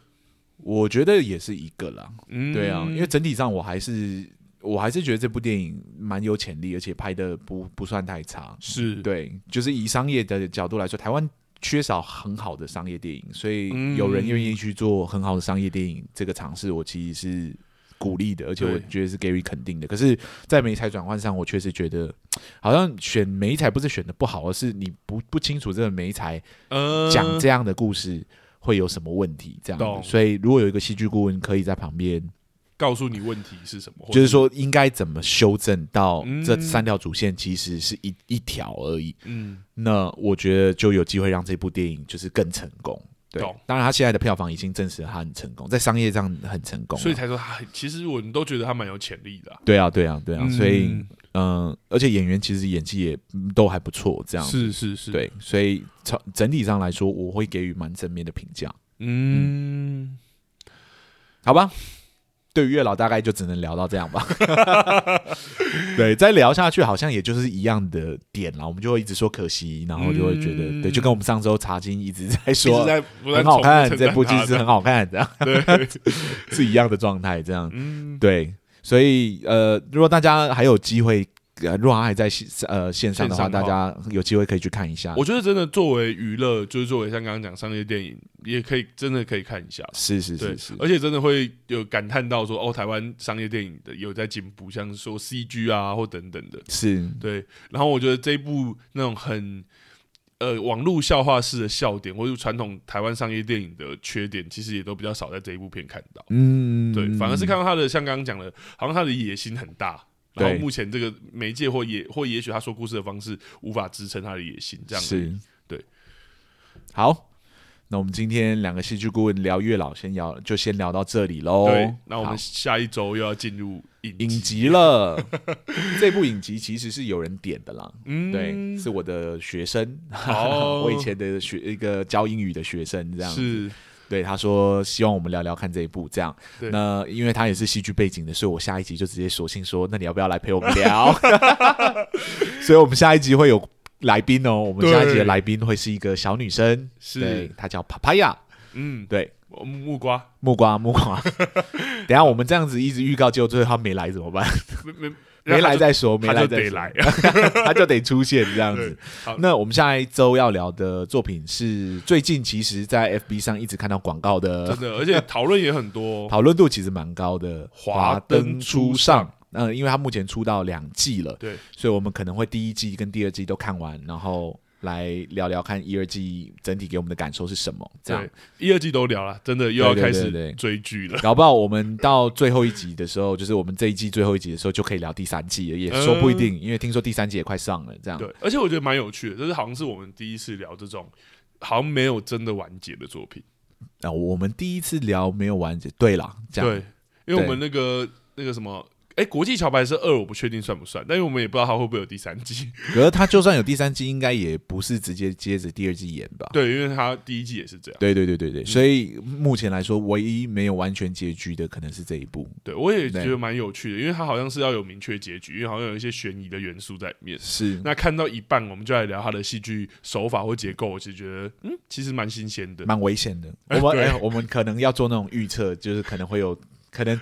我觉得也是一个啦，嗯，对啊，因为整体上我还是我还是觉得这部电影蛮有潜力，而且拍的不不算太差，是对，就是以商业的角度来说，台湾缺少很好的商业电影，所以嗯有人愿意去做很好的商业电影这个尝试，我其实是鼓励的，而且我对觉得是给予肯定的。可是，在美彩转换上，我确实觉得好像选美彩不是选的不好，而是你不不清楚这个美彩呃讲这样的故事。会有什么问题？这样子，懂嗯所以如果有一个戏剧顾问可以在旁边，告诉你问题是什么，或就是者说应该怎么修正到嗯这三条主线其实是一一条而已，嗯。那我觉得就有机会让这部电影就是更成功。对懂，当然，它现在的票房已经证实它很成功，在商业上很成功了。所以才说他很，其实我们都觉得他蛮有潜力的啊、对啊，对啊，对啊。嗯所以，嗯、而且演员其实演技也嗯都还不错，这样是是是，，对。所以从整体上来说，我会给予蛮正面的评价，嗯，好吧？对于月老大概就只能聊到这样 吧。对，再聊下去好像也就是一样的点啦，我们就会一直说可惜，然后就会觉得、嗯对，就跟我们上周茶经一直在一说直，在很好看，这部剧剧是很好看，这样 对，是一样的状态，这样嗯，对。所以呃，如果大家还有机会呃，若爱在线呃线上的话，线上的大话家有机会可以去看一下。我觉得真的作为娱乐，就是作为像刚刚讲商业电影，也可以真的可以看一下。是是对是是，，而且真的会有感叹到说，哦，台湾商业电影的有在进步，像说 CG 啊或等等的。是对，然后我觉得这一部那种很呃网络笑话式的笑点，或者传统台湾商业电影的缺点，其实也都比较少在这一部片看到。嗯，对，反而是看到他的，像刚刚讲的，好像他的野心很大。然后对目前这个媒介或也或也许他说故事的方式无法支撑他的野心，这样而已是，对。好，那我们今天两个戏剧顾问聊月老，先聊就先聊到这里喽。对，那我哦好们下一周又要进入影影集了，这部影集其实是有人点的啦。嗯，对，是我的学生， 哦我以前的学一个教英语的学生，这样是对他说，希望我们聊聊看这一部这样。对那因为他也是戏剧背景的，所以我下一集就直接索性说，那你要不要来陪我们聊？ 所以我们下一集会有来宾哦，我们下一集的对来宾会是一个小女生，对是，，她叫 Papaya，嗯，对，我们木瓜木瓜木瓜。 等一下我们这样子一直预告，结果最后她没来怎么办？没没没来再说，没他来就再得说来， 他就得出现这样子对好。那我们下一周要聊的作品是最近其实，在 FB 上一直看到广告的真的， 而且讨论也很多哦。讨论度其实蛮高的，《华灯初上》。嗯，因为它目前出到两季了，对，所以我们可能会第一季跟第二季都看完，然后来聊聊看一二季整体给我们的感受是什么。这样对，，一二季都聊了，真的又要对开对对对始追剧了。搞不好我们到最后一集的时候，就是我们这一季最后一集的时候，就可以聊第三季了，也嗯说不一定，因为听说第三季也快上了。这样，对，而且我觉得蛮有趣的，这是好像是我们第一次聊这种好像没有真的完结的作品。啊，我们第一次聊没有完结，对啦，这样对，因为我对们那个那个什么，哎，国际桥牌是二，我不确定算不算，但因为我们也不知道它会不会有第三季。 可是他就算有第三季，应该也不是直接接着第二季演吧？对，因为它第一季也是这样。对对对对嗯对，所以目前来说，唯一没有完全结局的可能是这一部。对，我也对觉得蛮有趣的，因为它好像是要有明确结局，因为好像有一些悬疑的元素在里面。是，那看到一半，我们就来聊它的戏剧手法或结构，我就觉得，嗯，其实蛮新鲜的。蛮危险的。我哎 们、对哎我们可能要做那种预测，就是可能会有可能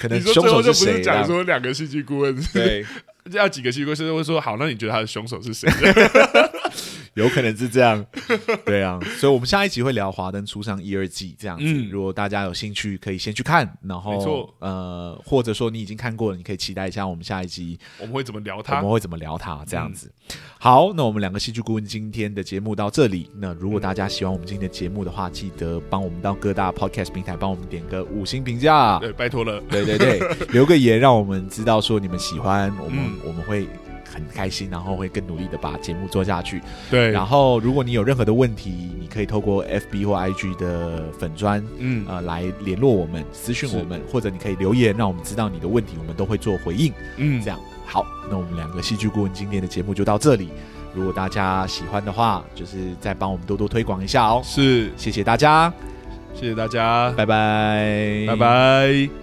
可能你说凶最后手就不谁是这讲样？说两个戏剧顾问，对， 要几个戏剧顾问，甚至会说，好，那你觉得他的凶手是谁？ 有可能是这样。对啊，所以我们下一集会聊《华灯初上》一二季这样子。嗯如果大家有兴趣，可以先去看，然后没错呃，或者说你已经看过了，你可以期待一下我们下一集我们会怎么聊我他嗯们？会怎么聊它这样子。好，那我们两个戏剧顾问今天的节目到这里。那如果大家喜欢我们今天的节目的话，记得帮我们到各大 podcast 平台帮我们点个五星评价。对，拜托了，对对对，留个言让我们知道说你们喜欢我们，嗯我们会很开心，然后会更努力的把节目做下去。对，然后如果你有任何的问题，你可以透过 FB 或 IG 的粉砖。嗯，呃，来联络我们，私讯是我们，或者你可以留言，让我们知道你的问题，我们都会做回应。嗯，这样好，那我们两个戏剧顾问今天的节目就到这里。如果大家喜欢的话，就是再帮我们多多推广一下哦。是，谢谢大家，谢谢大家，拜拜，拜拜。